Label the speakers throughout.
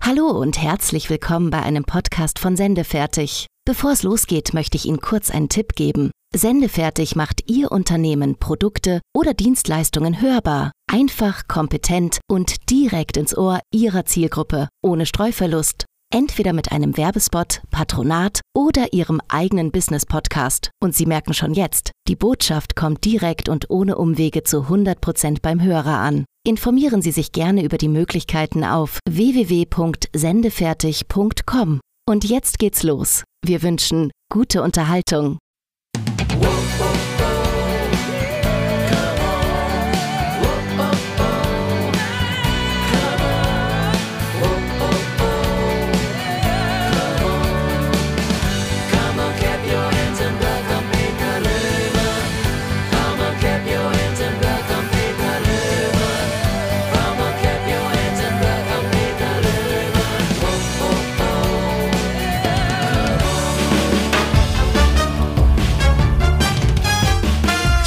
Speaker 1: Hallo und herzlich willkommen bei einem Podcast von Sendefertig. Bevor es losgeht, möchte ich Ihnen kurz einen Tipp geben. Sendefertig macht Ihr Unternehmen, Produkte oder Dienstleistungen hörbar. Einfach, kompetent und direkt ins Ohr Ihrer Zielgruppe, ohne Streuverlust. Entweder mit einem Werbespot, Patronat oder Ihrem eigenen Business-Podcast. Und Sie merken schon jetzt, die Botschaft kommt direkt und ohne Umwege zu 100% beim Hörer an. Informieren Sie sich gerne über die Möglichkeiten auf www.sendefertig.com. Und jetzt geht's los. Wir wünschen gute Unterhaltung.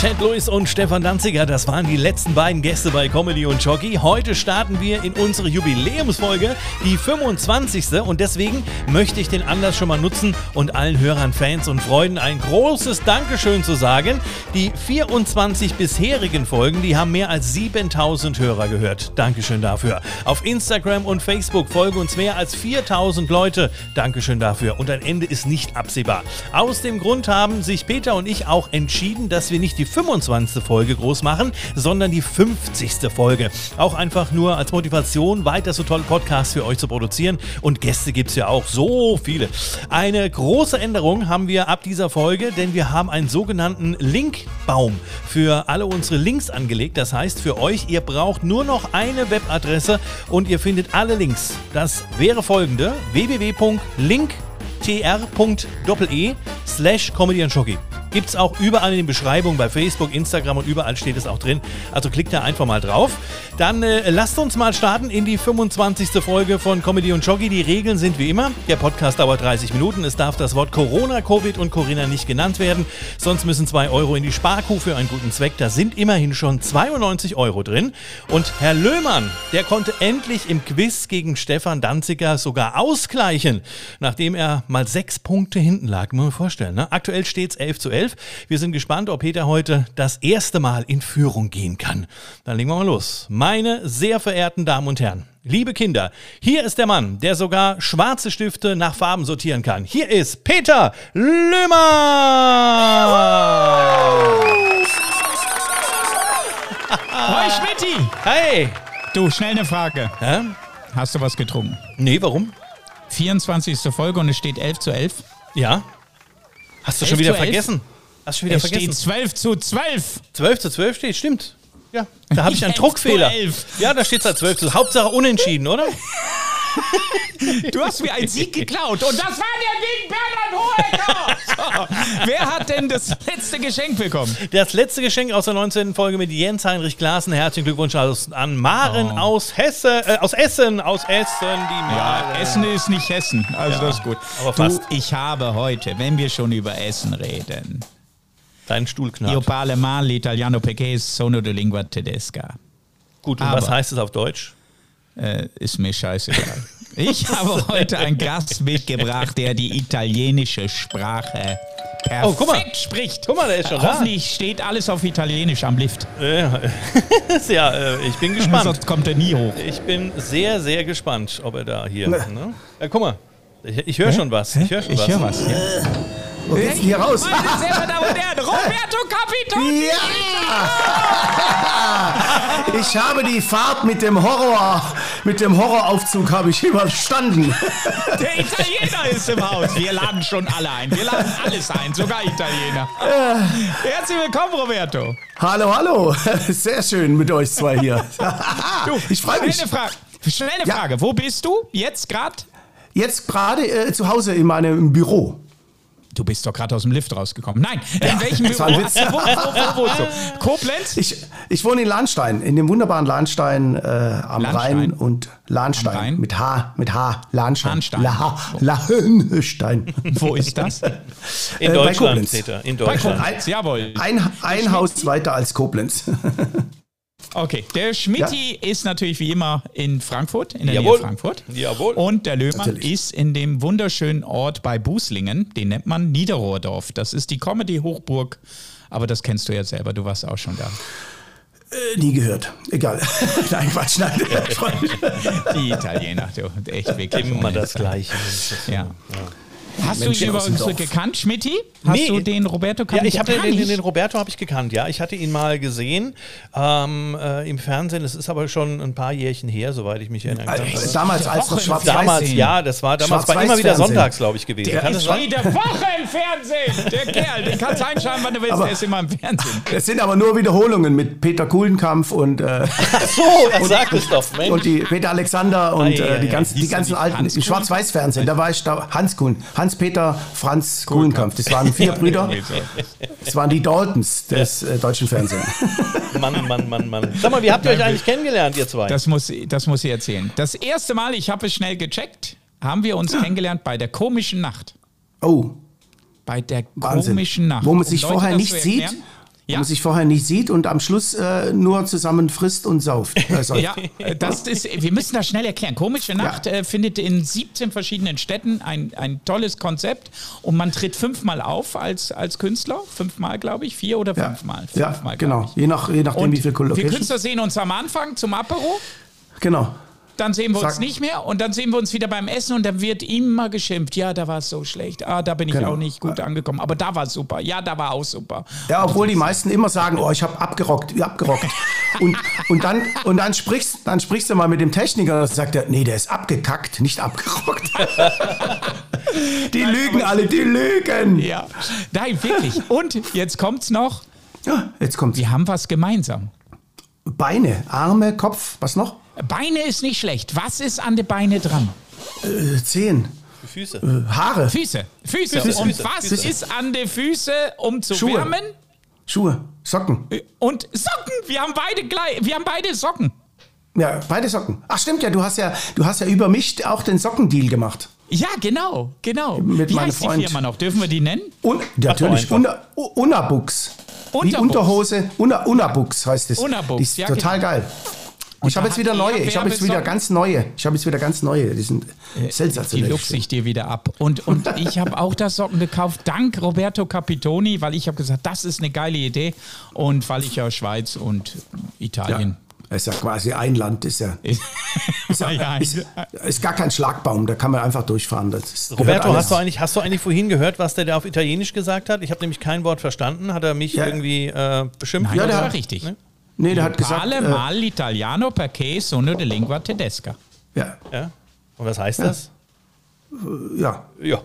Speaker 2: Chad Lewis und Stefan Danziger, das waren die letzten beiden Gäste bei Comedy und Jockey. Heute starten wir in unsere Jubiläumsfolge, die 25. Und deswegen möchte ich den Anlass schon mal nutzen und allen Hörern, Fans und Freunden ein großes Dankeschön zu sagen. Die 24 bisherigen Folgen, die haben mehr als 7000 Hörer gehört. Dankeschön dafür. Auf Instagram und Facebook folgen uns mehr als 4000 Leute. Dankeschön dafür. Und ein Ende ist nicht absehbar. Aus dem Grund haben sich Peter und ich auch entschieden, dass wir nicht die 25. Folge groß machen, sondern die 50. Folge. Auch einfach nur als Motivation, weiter so tolle Podcasts für euch zu produzieren. Und Gäste gibt es ja auch so viele. Eine große Änderung haben wir ab dieser Folge, denn wir haben einen sogenannten Linkbaum für alle unsere Links angelegt. Das heißt für euch, ihr braucht nur noch eine Webadresse und ihr findet alle Links. Das wäre folgende: www.link.com tr.de E slash Comedy and Shocky. Gibt es auch überall in den Beschreibungen bei Facebook, Instagram und überall steht es auch drin. Also klickt da einfach mal drauf. Dann äh, lasst uns mal starten in die 25. Folge von Comedy und Jockey. Die Regeln sind wie immer. Der Podcast dauert 30 Minuten. Es darf das Wort Corona, Covid und Corinna nicht genannt werden. Sonst müssen 2 Euro in die Sparkuh für einen guten Zweck. Da sind immerhin schon 92 Euro drin. Und Herr Löhmann, der konnte endlich im Quiz gegen Stefan Danziger sogar ausgleichen, nachdem er mal sechs Punkte hinten lag. Muss man vorstellen. Ne? Aktuell steht es 11 zu 11. Wir sind gespannt, ob Peter heute das erste Mal in Führung gehen kann. Dann legen wir mal los. Meine sehr verehrten Damen und Herren, liebe Kinder, hier ist der Mann, der sogar schwarze Stifte nach Farben sortieren kann. Hier ist Peter Löhmann.
Speaker 3: Hoi Schmidti!
Speaker 2: Hey!
Speaker 3: Du, schnell eine Frage.
Speaker 2: Hä?
Speaker 3: Hast du was getrunken?
Speaker 2: Nee, warum?
Speaker 3: 24. Folge und es steht 11 zu 11.
Speaker 2: Ja? Hast du schon
Speaker 3: 11
Speaker 2: wieder
Speaker 3: zu 11?
Speaker 2: vergessen? Hast du schon wieder
Speaker 3: Es
Speaker 2: vergessen?
Speaker 3: steht 12 zu 12.
Speaker 2: 12 zu 12 steht, stimmt. Ja, da habe ich einen
Speaker 3: 11 zu
Speaker 2: Druckfehler.
Speaker 3: 11.
Speaker 2: Ja, da steht da 12 zu. Hauptsache unentschieden, oder?
Speaker 3: Du hast mir einen Sieg geklaut und das war der gegen Bernhard Hohecker. So, wer hat denn das letzte Geschenk bekommen?
Speaker 2: Das letzte Geschenk aus der 19. Folge mit Jens Heinrich Klaassen. Herzlichen Glückwunsch aus, an Maren
Speaker 3: Oh.
Speaker 2: aus Hesse, äh, aus Essen, aus Essen, die Maren.
Speaker 3: Ja, Essen ist nicht Hessen, also das ist gut.
Speaker 2: aber
Speaker 3: du,
Speaker 2: fast.
Speaker 3: ich habe heute, wenn wir schon über Essen reden,
Speaker 2: Dein Stuhl
Speaker 3: io
Speaker 2: knarrt.
Speaker 3: parlo male italiano perché sono di lingua tedesca.
Speaker 2: Gut, und
Speaker 3: aber-
Speaker 2: was heißt es auf Deutsch?
Speaker 3: Äh, ist mir scheißegal. Ich habe heute einen Gast mitgebracht, der die italienische Sprache perfekt
Speaker 2: Oh, guck mal.
Speaker 3: spricht.
Speaker 2: Guck mal, der ist schon da.
Speaker 3: Hoffentlich steht alles auf Italienisch am Lift.
Speaker 2: Äh, ja, äh, ich bin gespannt.
Speaker 3: Sonst kommt er nie hoch.
Speaker 2: Ich bin sehr, sehr gespannt, ob er da hier. Ne? Ja, guck mal, ich, ich höre schon was. Ich höre schon was.
Speaker 3: Ich höre was. Ja.
Speaker 4: Wo geht's denn hier raus?
Speaker 3: Meine sehr verehrten Damen und Herren, Roberto Capitoni!
Speaker 4: Ja! Ich habe die Fahrt mit dem Horror, mit dem Horroraufzug habe ich überstanden.
Speaker 3: Der Italiener ist im Haus. Wir laden schon alle ein. Wir laden alles ein, sogar Italiener. Herzlich willkommen, Roberto.
Speaker 4: Hallo, hallo. Sehr schön mit euch zwei hier. Ich freue mich.
Speaker 3: Schnelle Frage. Schnelle
Speaker 4: Ja.
Speaker 3: Frage. Wo bist du jetzt gerade?
Speaker 4: Jetzt gerade äh, zu Hause in meinem Büro.
Speaker 3: Du bist doch gerade aus dem Lift rausgekommen. Nein, in welchem
Speaker 4: das war ein Witz.
Speaker 3: Wo, wo, wo, wo, wo? Koblenz?
Speaker 4: Ich, ich wohne in Lahnstein, in dem wunderbaren Lahnstein äh, am
Speaker 3: Lahnstein?
Speaker 4: Rhein und Lahnstein.
Speaker 3: Am Rhein?
Speaker 4: Mit H, mit H, Lahnstein.
Speaker 3: Lahnstein.
Speaker 4: La, Lahnstein.
Speaker 3: Wo ist das?
Speaker 2: In
Speaker 4: Äh, bei
Speaker 2: Deutschland,
Speaker 4: Koblenz.
Speaker 2: Peter. In
Speaker 3: Bei
Speaker 2: Deutschland.
Speaker 3: Koblenz, jawohl.
Speaker 4: Ein, ein Haus weiter als Koblenz.
Speaker 3: Okay, der Schmidti ist natürlich wie immer in Frankfurt, in der
Speaker 2: Jawohl.
Speaker 3: Nähe Frankfurt.
Speaker 2: Jawohl.
Speaker 3: Und der Löhmann
Speaker 4: Natürlich.
Speaker 3: ist in dem wunderschönen Ort bei Bußlingen, den nennt man Niederrohrdorf. Das ist die Comedy-Hochburg, aber das kennst du ja selber, du warst auch schon da.
Speaker 4: Äh, nie gehört. Egal. nein, Quatsch, nein.
Speaker 3: Die Italiener, du, echt wirklich.
Speaker 2: Immer
Speaker 3: ohne
Speaker 2: das
Speaker 3: Ende.
Speaker 2: Gleiche.
Speaker 3: Ja. Hast
Speaker 4: Menschen
Speaker 3: du ihn
Speaker 4: aus dem
Speaker 3: übrigens
Speaker 4: Dorf.
Speaker 3: gekannt, Schmidti? Hast
Speaker 2: Nee.
Speaker 3: du den Roberto
Speaker 2: Ja,
Speaker 3: gekannt?
Speaker 2: ich habe den, den, den Roberto habe ich gekannt, ja. Ich hatte ihn mal gesehen ähm, äh, im Fernsehen. Es ist aber schon ein paar Jährchen her, soweit ich mich erinnern kann.
Speaker 4: Also, damals, als noch
Speaker 3: Woche im
Speaker 4: schwarz
Speaker 2: Damals,
Speaker 3: Fernsehen.
Speaker 2: ja, das war damals bei immer wieder
Speaker 4: Schwarz-Weiß-Fernsehen.
Speaker 2: sonntags, glaube ich, gewesen. Kann
Speaker 3: Der
Speaker 2: das
Speaker 3: ist
Speaker 2: sein?
Speaker 3: jede Woche im Fernsehen. Der Kerl, den kannst du einschalten, wann du willst,
Speaker 4: Aber-
Speaker 3: der ist immer im Fernsehen.
Speaker 4: Es sind aber nur Wiederholungen mit Peter Kuhlenkampf und, äh,
Speaker 2: Ach so, er sagt es doch, Mensch.
Speaker 4: und die Peter Alexander und
Speaker 2: Ah, ja, ja,
Speaker 4: äh, die
Speaker 2: ja.
Speaker 4: ganzen, die
Speaker 3: Hieß er
Speaker 4: ganzen
Speaker 3: nicht
Speaker 4: alten.
Speaker 3: Hans
Speaker 4: Im Schwarz-Weiß-Fernsehen, da war ich da. Hans Kuhn. Hans-Peter Franz Kuhlenkampf. Das waren vier Brüder. Das waren die Daltons des äh, deutschen Fernsehens.
Speaker 2: Mann, Mann, Mann, Mann. Sag mal, wie habt ihr euch eigentlich kennengelernt, ihr zwei?
Speaker 3: Das muss, das muss ich erzählen. Das erste Mal, ich habe es schnell gecheckt, haben wir uns kennengelernt bei der komischen Nacht.
Speaker 4: Oh,
Speaker 3: Bei der
Speaker 4: Wahnsinn.
Speaker 3: komischen Nacht.
Speaker 4: Wo man
Speaker 3: Um
Speaker 4: sich
Speaker 3: Leute
Speaker 4: vorher
Speaker 3: das
Speaker 4: nicht
Speaker 3: zu
Speaker 4: sieht,
Speaker 3: erklären.
Speaker 4: wo
Speaker 3: Ja.
Speaker 4: man sich vorher nicht sieht und am Schluss äh, nur zusammen frisst und sauft. Äh, säuft.
Speaker 3: Ja, äh, das ist, wir müssen das schnell erklären. Komische Nacht äh, findet in 17 verschiedenen Städten ein, ein tolles Konzept und man tritt fünfmal auf als, als Künstler. Fünfmal, glaube ich. Vier oder
Speaker 4: Ja,
Speaker 3: fünfmal.
Speaker 4: ja
Speaker 3: Fünfmal, glaub
Speaker 4: genau.
Speaker 3: ich.
Speaker 4: Je, nach, je nachdem,
Speaker 3: Und
Speaker 4: wie viel
Speaker 3: wir
Speaker 4: Locations.
Speaker 3: Künstler sehen uns am Anfang zum Apero,
Speaker 4: Genau.
Speaker 3: dann sehen wir uns
Speaker 4: Sag-
Speaker 3: nicht mehr und dann sehen wir uns wieder beim Essen und dann wird immer geschimpft. Ja, da war es so schlecht. Ah, da bin ich
Speaker 4: Genau.
Speaker 3: auch nicht gut angekommen. Aber da war es super. Ja, da war auch super.
Speaker 4: Ja, obwohl die meisten immer sagen, oh, ich habe abgerockt, ich hab abgerockt. und, und, dann, und dann, sprichst, dann sprichst du mal mit dem Techniker und sagt er, nee, der ist abgekackt, nicht abgerockt. die lügen alle, die lügen.
Speaker 3: Ja, nein, wirklich. Und jetzt kommt's noch.
Speaker 4: Ja, Ah, jetzt kommt's.
Speaker 3: Wir haben was gemeinsam.
Speaker 4: Beine, Arme, Kopf, was noch?
Speaker 3: Beine ist nicht schlecht. Was ist an den Beine dran?
Speaker 4: Äh, Zehen,
Speaker 2: Die Füße.
Speaker 4: äh, Haare,
Speaker 3: Füße. Füße.
Speaker 2: Füße,
Speaker 3: Und
Speaker 2: Füße,
Speaker 3: was
Speaker 2: Füße.
Speaker 3: ist an den Füße, um zu
Speaker 4: Schuhe.
Speaker 3: wärmen?
Speaker 4: Schuhe, Socken.
Speaker 3: Und Socken. Wir haben beide gleich. Wir haben beide Socken.
Speaker 4: Ja, beide Socken. Ach stimmt ja, du hast ja, du hast ja über mich auch den Sockendeal gemacht.
Speaker 3: Ja, genau, genau.
Speaker 4: Mit
Speaker 3: Wie
Speaker 4: meinem
Speaker 3: heißt
Speaker 4: Freund.
Speaker 3: die Firma noch? Dürfen wir die nennen?
Speaker 4: Und natürlich
Speaker 2: einfach.
Speaker 4: Unter, U- Unabux. Wie
Speaker 3: Unterbuchs.
Speaker 4: Unterhose, Unter, Unabux heißt es.
Speaker 3: Unabux,
Speaker 4: Die ist
Speaker 3: ja, genau.
Speaker 4: total geil. Ich
Speaker 3: da
Speaker 4: habe jetzt
Speaker 3: hat
Speaker 4: wieder
Speaker 3: er
Speaker 4: neue. Ich habe jetzt wieder
Speaker 3: Werbesocken.
Speaker 4: ganz neue. Ich habe jetzt wieder ganz neue. Die sind
Speaker 3: Äh, Die
Speaker 4: sensationell.
Speaker 3: lupse ich dir wieder ab. Und, und ich habe auch das Socken gekauft, dank Roberto Capitoni, weil ich habe gesagt, das ist eine geile Idee. Und weil ich ja Schweiz und Italien.
Speaker 4: Es ist ja quasi ein Land, ist ja,
Speaker 3: Ist ja,
Speaker 4: ist, ist gar kein Schlagbaum, da kann man einfach durchfahren. Das ist- gehört
Speaker 2: Roberto,
Speaker 4: alles.
Speaker 2: hast du, eigentlich, hast du eigentlich vorhin gehört, was der da auf Italienisch gesagt hat? Ich habe nämlich kein Wort verstanden. Hat er mich
Speaker 4: Ja.
Speaker 2: irgendwie äh, beschimpft? Ne?
Speaker 3: Nein,
Speaker 4: Ja,
Speaker 3: das
Speaker 4: der
Speaker 3: war
Speaker 4: hat-
Speaker 3: richtig.
Speaker 4: Nee, der hat gesagt.
Speaker 3: Alle
Speaker 4: Äh,
Speaker 3: mal l'italiano perché sono di lingua tedesca.
Speaker 4: ja,
Speaker 2: Ja. Und was heißt das?
Speaker 4: ja.
Speaker 2: Ja.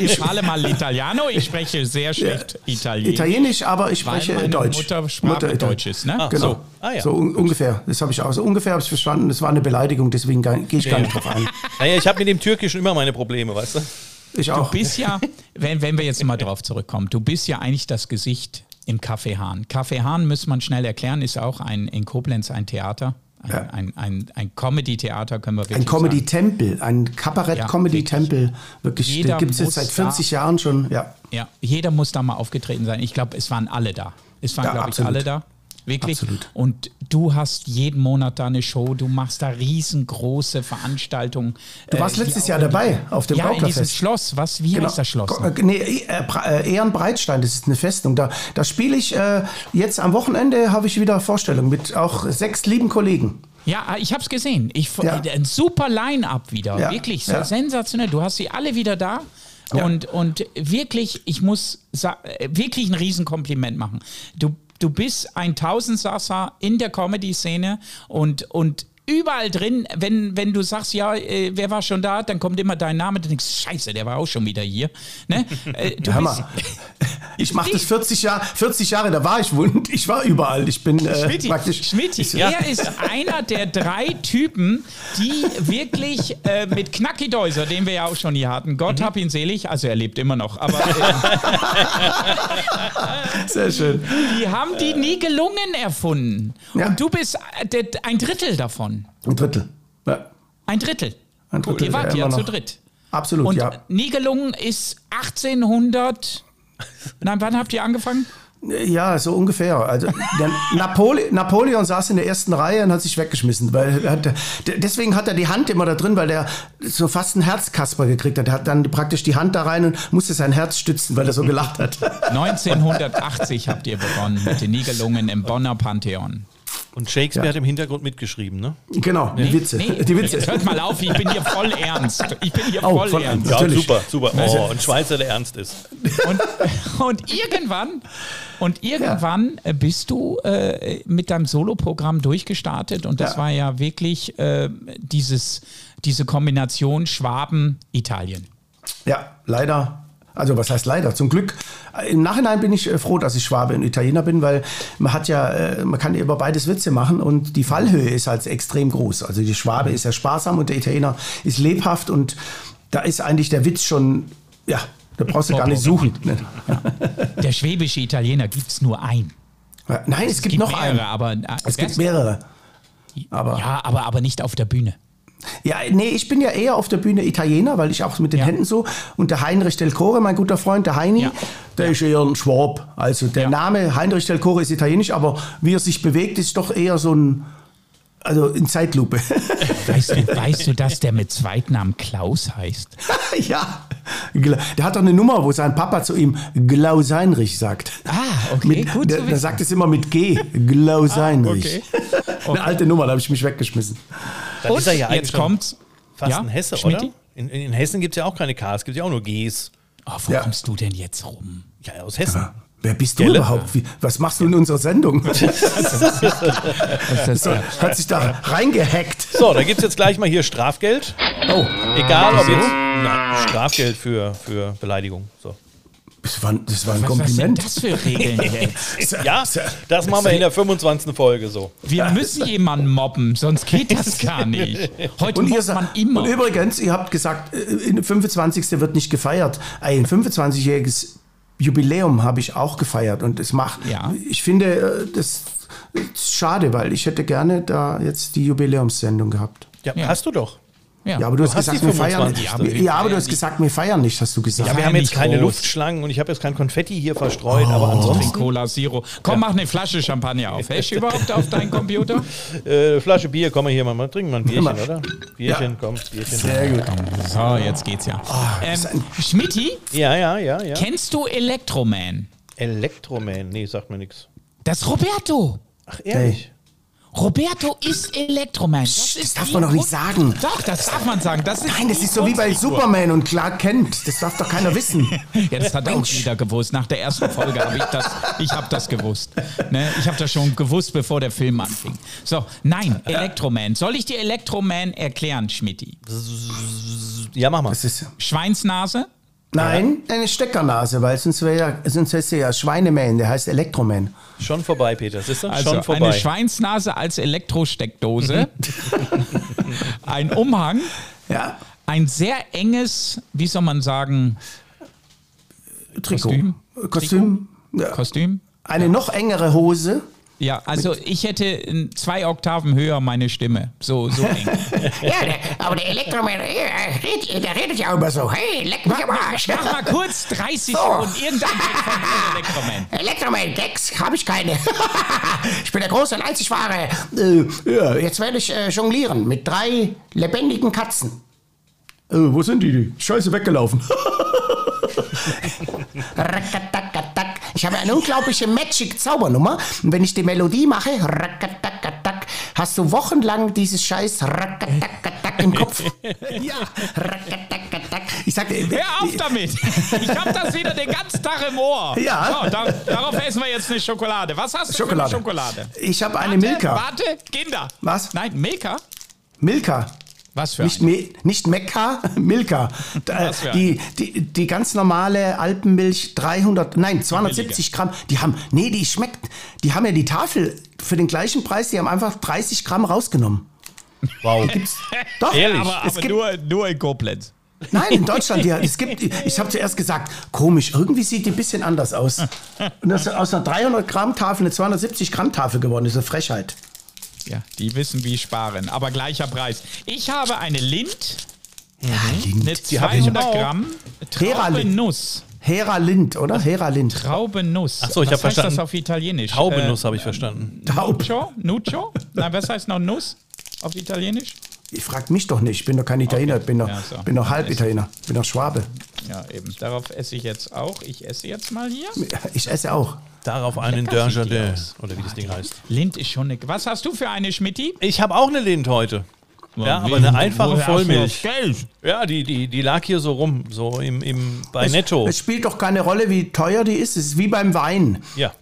Speaker 3: Ich parle mal l'italiano, ich spreche sehr schlecht Italienisch.
Speaker 4: Italienisch, aber ich
Speaker 3: weil
Speaker 4: spreche
Speaker 3: meine
Speaker 4: Deutsch.
Speaker 3: Muttersprache
Speaker 4: Mutter-
Speaker 3: Deutsch ist, ne?
Speaker 4: Genau.
Speaker 2: so. Ah, ja.
Speaker 4: So un ungefähr. Das habe ich auch so ungefähr habe ich verstanden. Das war eine Beleidigung, deswegen gar- gehe ich gar nicht drauf ein.
Speaker 2: Naja, ich habe mit dem Türkischen immer meine Probleme, weißt du?
Speaker 4: Ich auch.
Speaker 3: Du bist ja, wenn, wenn wir jetzt mal drauf zurückkommen, du bist ja eigentlich das Gesicht im Kaffeehahn. Kaffeehahn, muss man schnell erklären, ist auch ein, in Koblenz ein Theater. Ein,
Speaker 4: Ja.
Speaker 3: ein, ein, ein Comedy-Theater können wir wirklich
Speaker 4: Ein
Speaker 3: sagen.
Speaker 4: Comedy-Tempel, ein Kabarett-Comedy-Tempel. Wirklich,
Speaker 3: Jeder
Speaker 4: den gibt es
Speaker 3: muss
Speaker 4: jetzt seit 40 Jahren schon. Ja.
Speaker 3: Ja, jeder muss da mal aufgetreten sein. Ich glaube, es waren alle da. Es waren,
Speaker 4: Ja,
Speaker 3: glaube ich,
Speaker 4: absolut.
Speaker 3: alle da. Wirklich.
Speaker 4: Absolut.
Speaker 3: Und du hast jeden Monat da eine Show, du machst da riesengroße Veranstaltungen. Äh,
Speaker 4: Du warst letztes Jahr dabei auf dem
Speaker 3: ja, in ne? diesem
Speaker 4: Gauklerfest.
Speaker 3: Schloss, was, wie heißt das Schloss?
Speaker 4: Ko- äh, Nee, äh, Bra- äh, Ehrenbreitstein, das ist eine Festung. Da, da spiele ich äh, jetzt am Wochenende, habe ich wieder Vorstellung mit auch sechs lieben Kollegen.
Speaker 3: Ja, ah, ich hab's gesehen. Ich, f- äh,
Speaker 4: Ja.
Speaker 3: Ein super Line-Up wieder.
Speaker 4: Ja,
Speaker 3: Wirklich
Speaker 4: ja.
Speaker 3: sensationell. Du hast sie alle wieder da.
Speaker 4: Ja.
Speaker 3: Und, und wirklich, ich muss sa- äh, wirklich ein Riesenkompliment machen. Du, du bist ein Tausendsasser in der Comedy-Szene und, und überall drin, wenn, wenn du sagst, ja, äh, wer war schon da, dann kommt immer dein Name, du denkst, scheiße, der war auch schon wieder hier. Ne? Äh, du
Speaker 4: Hammer. Ich mache das 40 Jahre, 40 Jahre, da war ich wund. Ich war überall. Ich bin äh,
Speaker 3: Schmidti,
Speaker 4: praktisch.
Speaker 3: Schmidti er ist einer der drei Typen, die wirklich äh, mit Knacki Deuser, den wir ja auch schon hier hatten, Gott
Speaker 4: Mhm.
Speaker 3: hab ihn selig, also er lebt immer noch, aber äh,
Speaker 4: Sehr schön.
Speaker 3: die haben die nie gelungen erfunden.
Speaker 4: Ja.
Speaker 3: Und du bist äh, der, ein Drittel davon.
Speaker 4: Ein Drittel. Ja,
Speaker 3: Ein Drittel.
Speaker 4: ein Drittel.
Speaker 3: Ihr wart
Speaker 4: immer
Speaker 3: ja zu
Speaker 4: noch.
Speaker 3: dritt.
Speaker 4: Absolut,
Speaker 3: Und
Speaker 4: ja.
Speaker 3: nie gelungen ist 1800. Nein, wann habt ihr angefangen?
Speaker 4: Ja, so ungefähr. Also der Napole Napoleon saß in der ersten Reihe und hat sich weggeschmissen. Weil er hat, d- deswegen hat er die Hand immer da drin, weil der so fast einen Herzkasper gekriegt hat. Er hat dann praktisch die Hand da rein und musste sein Herz stützen, weil er so gelacht hat.
Speaker 3: 1980 habt ihr begonnen mit den Nibelungen im Bonner Pantheon.
Speaker 2: Und Shakespeare
Speaker 4: Ja.
Speaker 2: hat im Hintergrund mitgeschrieben, ne?
Speaker 4: Genau, die Witze. die Witze.
Speaker 3: Jetzt hört mal auf, ich bin hier voll ernst. Ich bin hier
Speaker 4: Oh,
Speaker 3: voll,
Speaker 4: voll
Speaker 3: ernst.
Speaker 4: ernst. Natürlich.
Speaker 2: super, super. Oh, ein Schweizer, der ernst ist.
Speaker 3: Und, und irgendwann, und irgendwann äh, bist du äh, mit deinem Soloprogramm durchgestartet und das
Speaker 4: Ja.
Speaker 3: war ja wirklich äh, dieses, diese Kombination Schwaben-Italien.
Speaker 4: Ja, leider. Also was heißt leider? Zum Glück. Im Nachhinein bin ich äh, froh, dass ich Schwabe und Italiener bin, weil man hat ja, äh, man kann ja über beides Witze machen und die Fallhöhe ist halt extrem groß. Also die Schwabe ist ja sparsam und der Italiener ist lebhaft und da ist eigentlich der Witz schon, ja, da brauchst du gar nicht suchen. Ne?
Speaker 3: Der schwäbische Italiener gibt es nur einen.
Speaker 4: Ne? Nein, es, gibt, noch
Speaker 3: mehrere,
Speaker 4: einen.
Speaker 3: aber äh,
Speaker 4: Es gibt mehrere. aber-
Speaker 3: ja, aber, aber nicht auf der Bühne.
Speaker 4: Ja, nee, ich bin ja eher auf der Bühne Italiener, weil ich auch mit den
Speaker 3: Ja.
Speaker 4: Händen so. Und der Heinrich Del Core, mein guter Freund, der Heini,
Speaker 3: Ja.
Speaker 4: der ist eher ein Schwab. Also der
Speaker 3: Ja.
Speaker 4: Name Heinrich Del Core ist italienisch, aber wie er sich bewegt, ist doch eher so ein. Also in Zeitlupe.
Speaker 3: Weißt du, weißt du, dass der mit Zweitnamen Klaus heißt?
Speaker 4: ja. Gla- Der hat doch eine Nummer, wo sein Papa zu ihm Glaus Heinrich sagt.
Speaker 3: Ah, okay,
Speaker 4: Mit,
Speaker 3: gut
Speaker 4: der,
Speaker 3: zu
Speaker 4: der
Speaker 3: wissen. Ah,
Speaker 4: sagt es immer mit G. Glaus Heinrich.
Speaker 3: Okay.
Speaker 4: Eine alte Nummer, da habe ich mich weggeschmissen.
Speaker 2: Dann ist er ja eigentlich
Speaker 3: jetzt
Speaker 2: schon
Speaker 3: kommt's.
Speaker 2: fast
Speaker 3: Ja,
Speaker 2: ein Hesse,
Speaker 3: Schmidti?
Speaker 2: oder? In, in Hessen gibt es ja auch keine Ks, gibt ja auch nur Gs.
Speaker 3: Oh, wo
Speaker 4: Ja.
Speaker 3: kommst du denn jetzt rum?
Speaker 2: Ja, aus Hessen.
Speaker 4: Wer bist du
Speaker 2: Gelle?
Speaker 4: überhaupt? Wie, was machst du in unserer Sendung?
Speaker 3: Das ist ja-
Speaker 4: Hat sich da reingehackt.
Speaker 2: So, da gibt es jetzt gleich mal hier Strafgeld.
Speaker 4: Oh.
Speaker 2: Egal, ob jetzt. Nein, Strafgeld für, für Beleidigung. So.
Speaker 4: Das war, das war ein
Speaker 3: Was, was sind
Speaker 4: Kompliment.
Speaker 3: das für Regeln jetzt?
Speaker 2: Ja, das machen wir in der 25. Folge so.
Speaker 3: Wir müssen jemanden mobben, sonst geht das gar nicht. Heute
Speaker 4: Und, ihr
Speaker 3: mobbt
Speaker 4: sa-
Speaker 3: man immer.
Speaker 4: und übrigens, ihr habt gesagt, äh, in- 25. wird nicht gefeiert. Ein 25-jähriges Jubiläum habe ich auch gefeiert. Und es macht,
Speaker 3: Ja.
Speaker 4: ich finde, äh, das ist schade, weil ich hätte gerne da jetzt die Jubiläumssendung gehabt.
Speaker 2: Ja,
Speaker 3: Ja.
Speaker 2: hast du doch.
Speaker 3: ja.
Speaker 4: Ja, aber du hast,
Speaker 2: hast
Speaker 4: gesagt,
Speaker 2: die
Speaker 4: wir feiern nicht.
Speaker 2: 25.
Speaker 4: Ja, aber du hast
Speaker 3: Ja,
Speaker 4: gesagt, wir feiern nicht, hast du gesagt.
Speaker 2: Ja, wir
Speaker 3: Feier
Speaker 2: haben jetzt
Speaker 3: nicht
Speaker 2: keine
Speaker 3: groß.
Speaker 2: Luftschlangen und ich habe jetzt kein Konfetti hier verstreut, aber
Speaker 3: Den
Speaker 2: ansonsten
Speaker 3: Cola Zero. Komm, mach eine Flasche Champagner auf. Hast du überhaupt auf deinen Computer?
Speaker 2: äh, Flasche Bier, komm mal hier mal, mal trinken wir ein Bierchen,
Speaker 4: Mal.
Speaker 2: oder? Bierchen, komm, Bierchen.
Speaker 4: Sehr gut.
Speaker 3: So, jetzt geht's ja.
Speaker 4: Ah,
Speaker 3: Ähm, Schmidti,
Speaker 2: Ja, ja, ja, ja.
Speaker 3: kennst du Elektroman?
Speaker 2: Elektroman, nee, sagt mir nichts.
Speaker 3: Das Roberto.
Speaker 2: Ach, ehrlich?
Speaker 3: Roberto ist Elektroman.
Speaker 4: Psst, das
Speaker 3: ist
Speaker 4: darf
Speaker 3: die
Speaker 4: man doch nicht
Speaker 3: Grund-
Speaker 4: sagen.
Speaker 3: Doch, das darf man sagen. Das ist
Speaker 4: Nein, das
Speaker 3: die
Speaker 4: ist so wie bei
Speaker 3: Grundfigur.
Speaker 4: Superman und Clark Kent. Das darf doch keiner wissen.
Speaker 3: Ja, das hat auch jeder gewusst. Nach der ersten Folge habe ich das, ich habe das gewusst. Ne? Ich habe das schon gewusst, bevor der Film anfing. So, nein, Elektroman. Soll ich dir Elektroman erklären, Schmidti?
Speaker 2: Ja, mach mal.
Speaker 4: Das ist,
Speaker 3: Schweinsnase?
Speaker 4: nein, eine Steckernase, weil sonst wäre ja, sonst heißt ja Schweineman, der heißt Elektroman.
Speaker 2: Schon vorbei, Peter, siehst du?
Speaker 3: Also
Speaker 2: Schon
Speaker 3: eine
Speaker 2: vorbei.
Speaker 3: Schweinsnase als Elektrosteckdose. ein Umhang.
Speaker 4: Ja,
Speaker 3: Ein sehr enges, wie soll man sagen,
Speaker 4: Trikot.
Speaker 3: Kostüm?
Speaker 4: Äh, Kostüm. Ja.
Speaker 3: Kostüm?
Speaker 4: Eine noch engere Hose.
Speaker 3: Ja, also ich hätte in zwei Oktaven höher meine Stimme. So, so eng.
Speaker 5: Ja, der, aber der Elektroman, äh, der redet, der redet ja immer so. Hey, leck mich am Arsch.
Speaker 3: Mach mal kurz 30
Speaker 5: So.
Speaker 3: Sekunden irgendein Gag von Elektroman.
Speaker 5: Elektroman, Gags habe ich keine. ich bin der große und einzig wahre. Äh, ja, jetzt werde ich äh, jonglieren mit drei lebendigen Katzen.
Speaker 4: Äh, wo sind die? Scheiße, weggelaufen.
Speaker 5: Rackatakatak. Ich habe eine unglaubliche Magic-Zaubernummer. Und wenn ich die Melodie mache, rackatakatak, hast du wochenlang dieses scheiß rackatakatak im Kopf. ja. Rackatakatak.
Speaker 4: Ich sag, äh,
Speaker 3: Hör auf damit! Ich hab das wieder den ganzen Tag im Ohr.
Speaker 4: Ja.
Speaker 3: So, da, darauf essen wir jetzt eine Schokolade. Was hast du
Speaker 4: Schokolade.
Speaker 3: für eine Schokolade?
Speaker 4: Ich habe eine
Speaker 3: Warte,
Speaker 4: Milka.
Speaker 3: Warte, Kinder.
Speaker 4: Was?
Speaker 3: Nein, Milka?
Speaker 4: Milka.
Speaker 3: Was für
Speaker 4: Nicht,
Speaker 3: eine?
Speaker 4: Me nicht Mekka, Milka. Da,
Speaker 3: Was für
Speaker 4: die, die, die ganz normale Alpenmilch 300, nein, 270 Gramm, die haben, nee, die schmeckt, die haben ja die Tafel für den gleichen Preis, die haben einfach 30 Gramm rausgenommen.
Speaker 2: Wow.
Speaker 4: Doch,
Speaker 2: Ehrlich?
Speaker 3: Aber,
Speaker 4: es
Speaker 3: aber
Speaker 4: gibt-
Speaker 3: nur, nur in Koblenz.
Speaker 4: Nein, in Deutschland, ja. Es gibt, ich habe zuerst gesagt, komisch, irgendwie sieht die ein bisschen anders aus. Und das ist aus einer 300 Gramm Tafel eine 270 Gramm Tafel geworden, ist eine Frechheit.
Speaker 3: Ja, die wissen, wie sparen. Aber gleicher Preis. Ich habe eine Lind,
Speaker 4: Ja,
Speaker 3: eine
Speaker 4: Lind. Die hab ich
Speaker 3: 200
Speaker 2: auch.
Speaker 3: Gramm
Speaker 4: Hera Lind.
Speaker 3: Traubennuss.
Speaker 4: Hera Lind, oder? Hera Lind.
Speaker 3: Traubenuss.
Speaker 2: Ach so, ich hab
Speaker 3: Was heißt
Speaker 2: verstanden.
Speaker 3: das auf Italienisch? Äh,
Speaker 2: Taubenuss habe ich verstanden.
Speaker 4: Taub.
Speaker 3: Nuccio? Nuccio? Nein, was heißt noch Nuss auf Italienisch?
Speaker 4: Ich frag mich doch nicht, ich bin doch kein Italiener, ich bin doch,
Speaker 3: Ja, so.
Speaker 4: bin doch halb Italiener, bin doch Schwabe.
Speaker 3: Ja, eben. Darauf esse ich jetzt auch. Ich esse jetzt mal hier.
Speaker 4: Ich esse auch.
Speaker 2: Darauf einen
Speaker 3: Lecker sieht die
Speaker 2: Dörjardin,
Speaker 3: aus.
Speaker 2: oder wie das Ding heißt.
Speaker 3: Lind ist schon eine. Was hast du für eine, Schmitti?
Speaker 2: Ich habe auch eine Lind heute. Ja, aber eine einfache
Speaker 3: Woher hast du das
Speaker 2: Vollmilch.
Speaker 3: Geld?
Speaker 2: Ja, die, die, die lag hier so rum, so im, im, bei Netto.
Speaker 4: Es spielt doch keine Rolle, wie teuer die ist. Es ist wie beim Wein.
Speaker 2: Ja,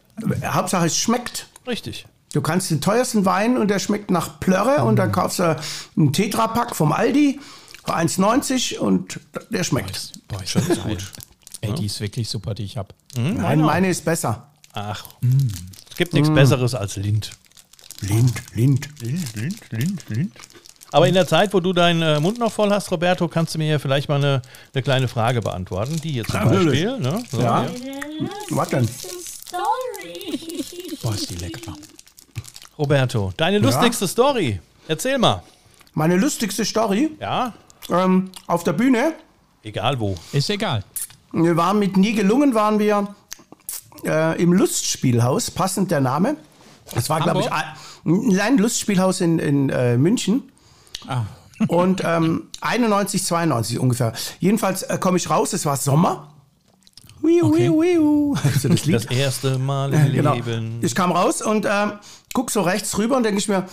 Speaker 4: Hauptsache, es schmeckt.
Speaker 2: richtig.
Speaker 4: Du kannst den teuersten Wein und der schmeckt nach Plörre und dann kaufst du einen Tetrapack vom Aldi für 1,90 und der schmeckt.
Speaker 2: Boah, ich finde das gut.
Speaker 3: Ey, die ist wirklich super, die ich habe.
Speaker 4: Nein, meine ist besser.
Speaker 2: Ach,
Speaker 4: Mm.
Speaker 2: es gibt nichts Besseres als Lind.
Speaker 4: Lind, Lind.
Speaker 2: Lind, Lind, Lind, Lind. Aber
Speaker 4: Mm.
Speaker 2: in der Zeit, wo du deinen äh, Mund noch voll hast, Roberto, kannst du mir ja vielleicht mal eine, eine kleine Frage beantworten. Die hier zum
Speaker 4: Natürlich.
Speaker 2: Beispiel. Ne? So,
Speaker 4: Ja.
Speaker 2: hier.
Speaker 4: Was denn?
Speaker 6: Story.
Speaker 3: Boah, ist die lecker.
Speaker 2: Roberto, deine lustigste Story. Erzähl mal.
Speaker 4: Meine lustigste Story
Speaker 2: Ja,
Speaker 4: ähm, auf der Bühne.
Speaker 2: egal wo.
Speaker 3: Ist egal.
Speaker 4: Wir waren mit Nie gelungen, waren wir äh, im Lustspielhaus, passend der Name. Das war, glaube ich, ein, ein Lustspielhaus in, in äh, München.
Speaker 3: Ah.
Speaker 4: Und ähm, 91, 92 ungefähr. Jedenfalls äh, komme ich raus, es war Sommer. Wiu, wiu, wiu. Also das Lied.
Speaker 2: Das erste Mal im
Speaker 4: genau.
Speaker 2: Leben.
Speaker 4: Ich kam raus und ähm, guck so rechts rüber und denke ich mir,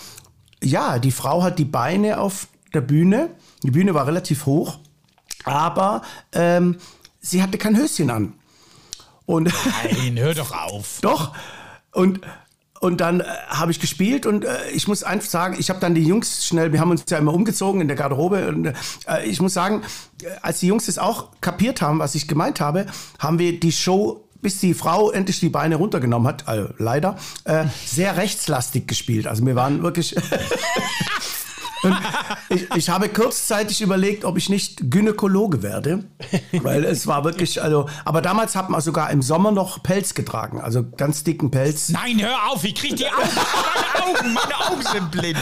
Speaker 4: ja, die Frau hat die Beine auf der Bühne. Die Bühne war relativ hoch, aber ähm, sie hatte kein Höschen an. Und
Speaker 3: Nein, hör doch auf.
Speaker 4: doch. Und, und dann äh, habe ich gespielt und äh, ich muss einfach sagen, ich habe dann die Jungs schnell, wir haben uns ja immer umgezogen in der Garderobe und äh, ich muss sagen, äh, als die Jungs das auch kapiert haben, was ich gemeint habe, haben wir die Show bis die Frau endlich die Beine runtergenommen hat, äh, leider, äh, sehr rechtslastig gespielt. Also wir waren wirklich ich, ich habe kurzzeitig überlegt, ob ich nicht Gynäkologe werde, weil es war wirklich, also, aber damals hat man sogar im Sommer noch Pelz getragen, also ganz dicken Pelz.
Speaker 3: Nein, hör auf. Ich krieg die Augen. Meine Augen, meine Augen sind blind.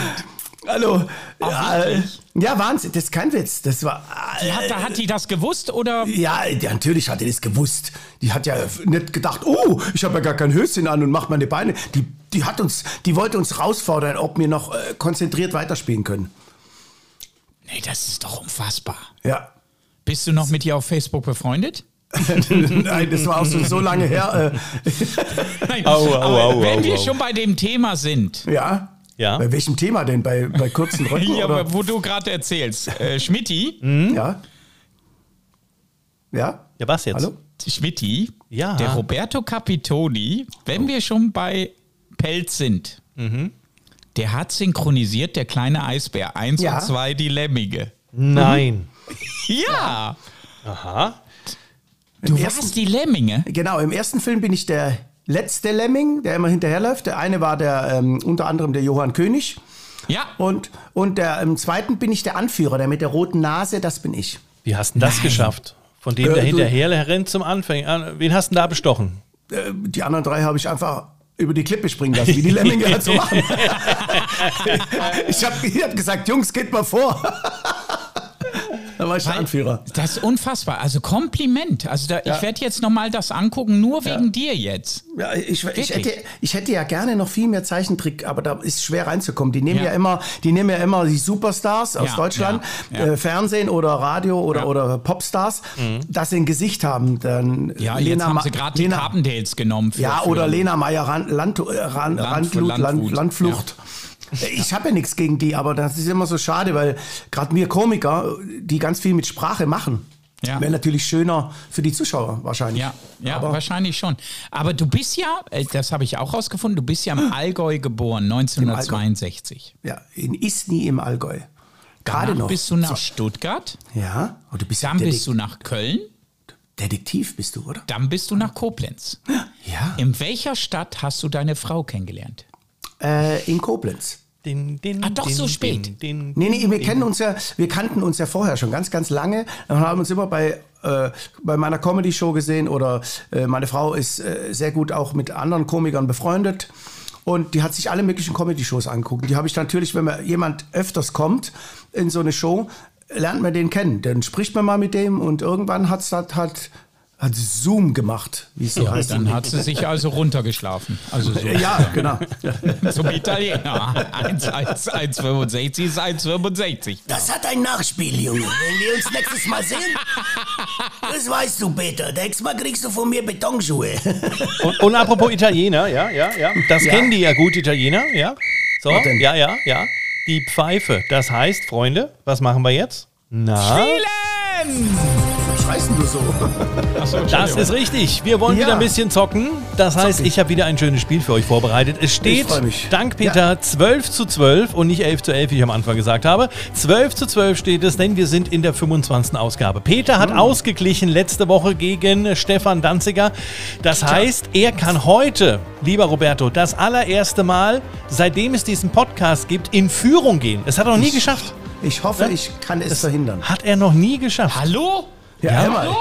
Speaker 4: Hallo. Ja, äh,
Speaker 3: wirklich?
Speaker 4: ja, Wahnsinn, das ist kein Witz, das war.
Speaker 3: Die hat, da hat die das gewusst oder?
Speaker 4: Ja, die- natürlich hat die das gewusst. Die hat ja nicht gedacht, oh, ich habe ja gar kein Höschen an und macht meine Beine. Die, die hat uns, die wollte uns herausfordern, ob wir noch äh, konzentriert weiterspielen können.
Speaker 3: Nee, das ist doch unfassbar.
Speaker 4: Ja,
Speaker 3: Bist du noch mit ihr auf Facebook befreundet?
Speaker 4: nein, das war auch so, so lange her.
Speaker 3: Nein,
Speaker 2: Au, au,
Speaker 3: aber
Speaker 2: au,
Speaker 3: wenn
Speaker 2: au,
Speaker 3: wir
Speaker 2: au.
Speaker 3: schon bei dem Thema sind,
Speaker 4: Äh, ja.
Speaker 2: Ja.
Speaker 4: Bei welchem Thema denn? Bei, bei kurzen Röcken?
Speaker 3: hier,
Speaker 4: oder?
Speaker 3: aber wo du gerade erzählst, äh, Schmitti,
Speaker 4: Ja. Ja?
Speaker 2: Ja, was jetzt?
Speaker 4: Hallo?
Speaker 3: Schmitti,
Speaker 2: Ja.
Speaker 3: der Roberto Capitoni, wenn wir schon bei Pelz sind, der hat synchronisiert der kleine Eisbär 1
Speaker 4: Ja.
Speaker 3: und 2 die Lemmige.
Speaker 2: Nein.
Speaker 4: Mhm.
Speaker 3: Ja,
Speaker 2: Aha.
Speaker 3: du
Speaker 4: ersten-
Speaker 3: warst die Lemminge.
Speaker 4: Genau, im ersten Film bin ich der letzte Lemming, der immer hinterherläuft. Der eine war der ähm, unter anderem der Johann König.
Speaker 3: Ja,
Speaker 4: Und, und der, im zweiten bin ich der Anführer, der mit der roten Nase, das bin ich.
Speaker 2: Wie hast du das geschafft? Von dem,
Speaker 4: Äh,
Speaker 2: der
Speaker 4: du-
Speaker 2: hinterher rennt zum Anfänger. Wen hast du denn da bestochen?
Speaker 4: Äh, die anderen drei habe ich einfach über die Klippe springen lassen, wie die Lemminge halt so machen. ich habe ich hab gesagt, Jungs, geht mal vor. da war ich der Anführer.
Speaker 3: das ist unfassbar. Also Kompliment. Also da, ich werde jetzt nochmal das angucken, nur wegen dir jetzt.
Speaker 4: Ja, ich, ich,
Speaker 3: Wirklich?
Speaker 4: hätte, ich hätte ja gerne noch viel mehr Zeichentrick, aber da ist schwer reinzukommen. Die nehmen ja,
Speaker 3: Ja.
Speaker 4: immer, die nehmen ja immer die Superstars aus
Speaker 3: Ja,
Speaker 4: Deutschland,
Speaker 3: ja, ja.
Speaker 4: Äh, Fernsehen oder Radio oder,
Speaker 3: Ja. Mhm.
Speaker 4: oder Popstars, dass sie ein Gesicht haben. Dann
Speaker 3: Ja, jetzt haben
Speaker 4: Ma-
Speaker 3: sie gerade die
Speaker 4: Lena-
Speaker 3: Carpendales genommen. für-
Speaker 4: Ja,
Speaker 3: für-
Speaker 4: oder Lena Meyer Rand, Land, äh, Ran- Randflut,
Speaker 3: Landflut,
Speaker 4: Land,
Speaker 3: Landflut.
Speaker 4: Landflucht. Äh, Ich habe ja nichts gegen die, aber das ist immer so schade, weil gerade wir Komiker, die ganz viel mit Sprache machen,
Speaker 3: Ja.
Speaker 4: wäre natürlich schöner für die Zuschauer wahrscheinlich.
Speaker 3: Ja, ja
Speaker 4: aber
Speaker 3: wahrscheinlich schon. Aber du bist ja, äh, das habe ich auch rausgefunden, du bist ja im Allgäu geboren, 1962.
Speaker 4: Ja, in Isny im Allgäu. Gerade
Speaker 3: Dann
Speaker 4: noch.
Speaker 3: bist du nach Stuttgart,
Speaker 4: ja, und du bist
Speaker 3: dann
Speaker 4: Detek-
Speaker 3: bist du nach Köln,
Speaker 4: Detektiv bist du, oder?
Speaker 3: dann bist du nach Koblenz.
Speaker 4: Ja.
Speaker 3: In welcher Stadt hast du deine Frau kennengelernt?
Speaker 4: äh, in Koblenz.
Speaker 2: Din, din,
Speaker 3: Ah, doch, so spät.
Speaker 2: din,
Speaker 4: Nee, nee, wir kennen uns ja, wir kannten uns ja vorher schon ganz, ganz lange und haben uns immer bei, äh, bei meiner Comedy-Show gesehen oder äh, meine Frau ist äh, sehr gut auch mit anderen Komikern befreundet und die hat sich alle möglichen Comedy-Shows angeguckt. Die habe ich natürlich, wenn mir jemand öfters kommt in so eine Show, lernt man den kennen. Dann spricht man mal mit dem und irgendwann hat es halt hat Zoom gemacht, wie es so heißt.
Speaker 3: Dann hat sie sich also runtergeschlafen. Also so.
Speaker 4: Ja, genau.
Speaker 3: Zum Italiener. 1,65 ist 1,65.
Speaker 5: Das hat ein Nachspiel, Junge. Wenn wir uns nächstes Mal sehen, das weißt du, Peter. Nächstes Mal kriegst du von mir Betonschuhe.
Speaker 2: Und, und apropos Italiener, ja, ja, ja. Das kennen die ja gut, Italiener, ja. So,
Speaker 4: denn?
Speaker 2: ja, ja, ja. Die Pfeife. Das heißt, Freunde, was machen wir jetzt? Na,
Speaker 4: Was schreist denn du so?
Speaker 2: das ist richtig. Wir wollen
Speaker 4: Ja.
Speaker 2: wieder ein bisschen zocken. Das heißt, ich habe wieder ein schönes Spiel für euch vorbereitet. Es steht,
Speaker 4: freu mich.
Speaker 2: dank Peter, 12 zu 12 und nicht 11 zu 11, wie ich am Anfang gesagt habe. 12 zu 12 steht es, denn wir sind in der 25. Ausgabe. Peter
Speaker 4: Hm.
Speaker 2: hat ausgeglichen letzte Woche gegen Stefan Danziger. Das heißt, er kann heute, lieber Roberto, das allererste Mal, seitdem es diesen Podcast gibt, in Führung gehen. Es hat er noch nie geschafft.
Speaker 4: Ich hoffe, ich kann es verhindern.
Speaker 2: Hat er noch nie geschafft.
Speaker 3: Hallo?
Speaker 4: Ja, hör mal.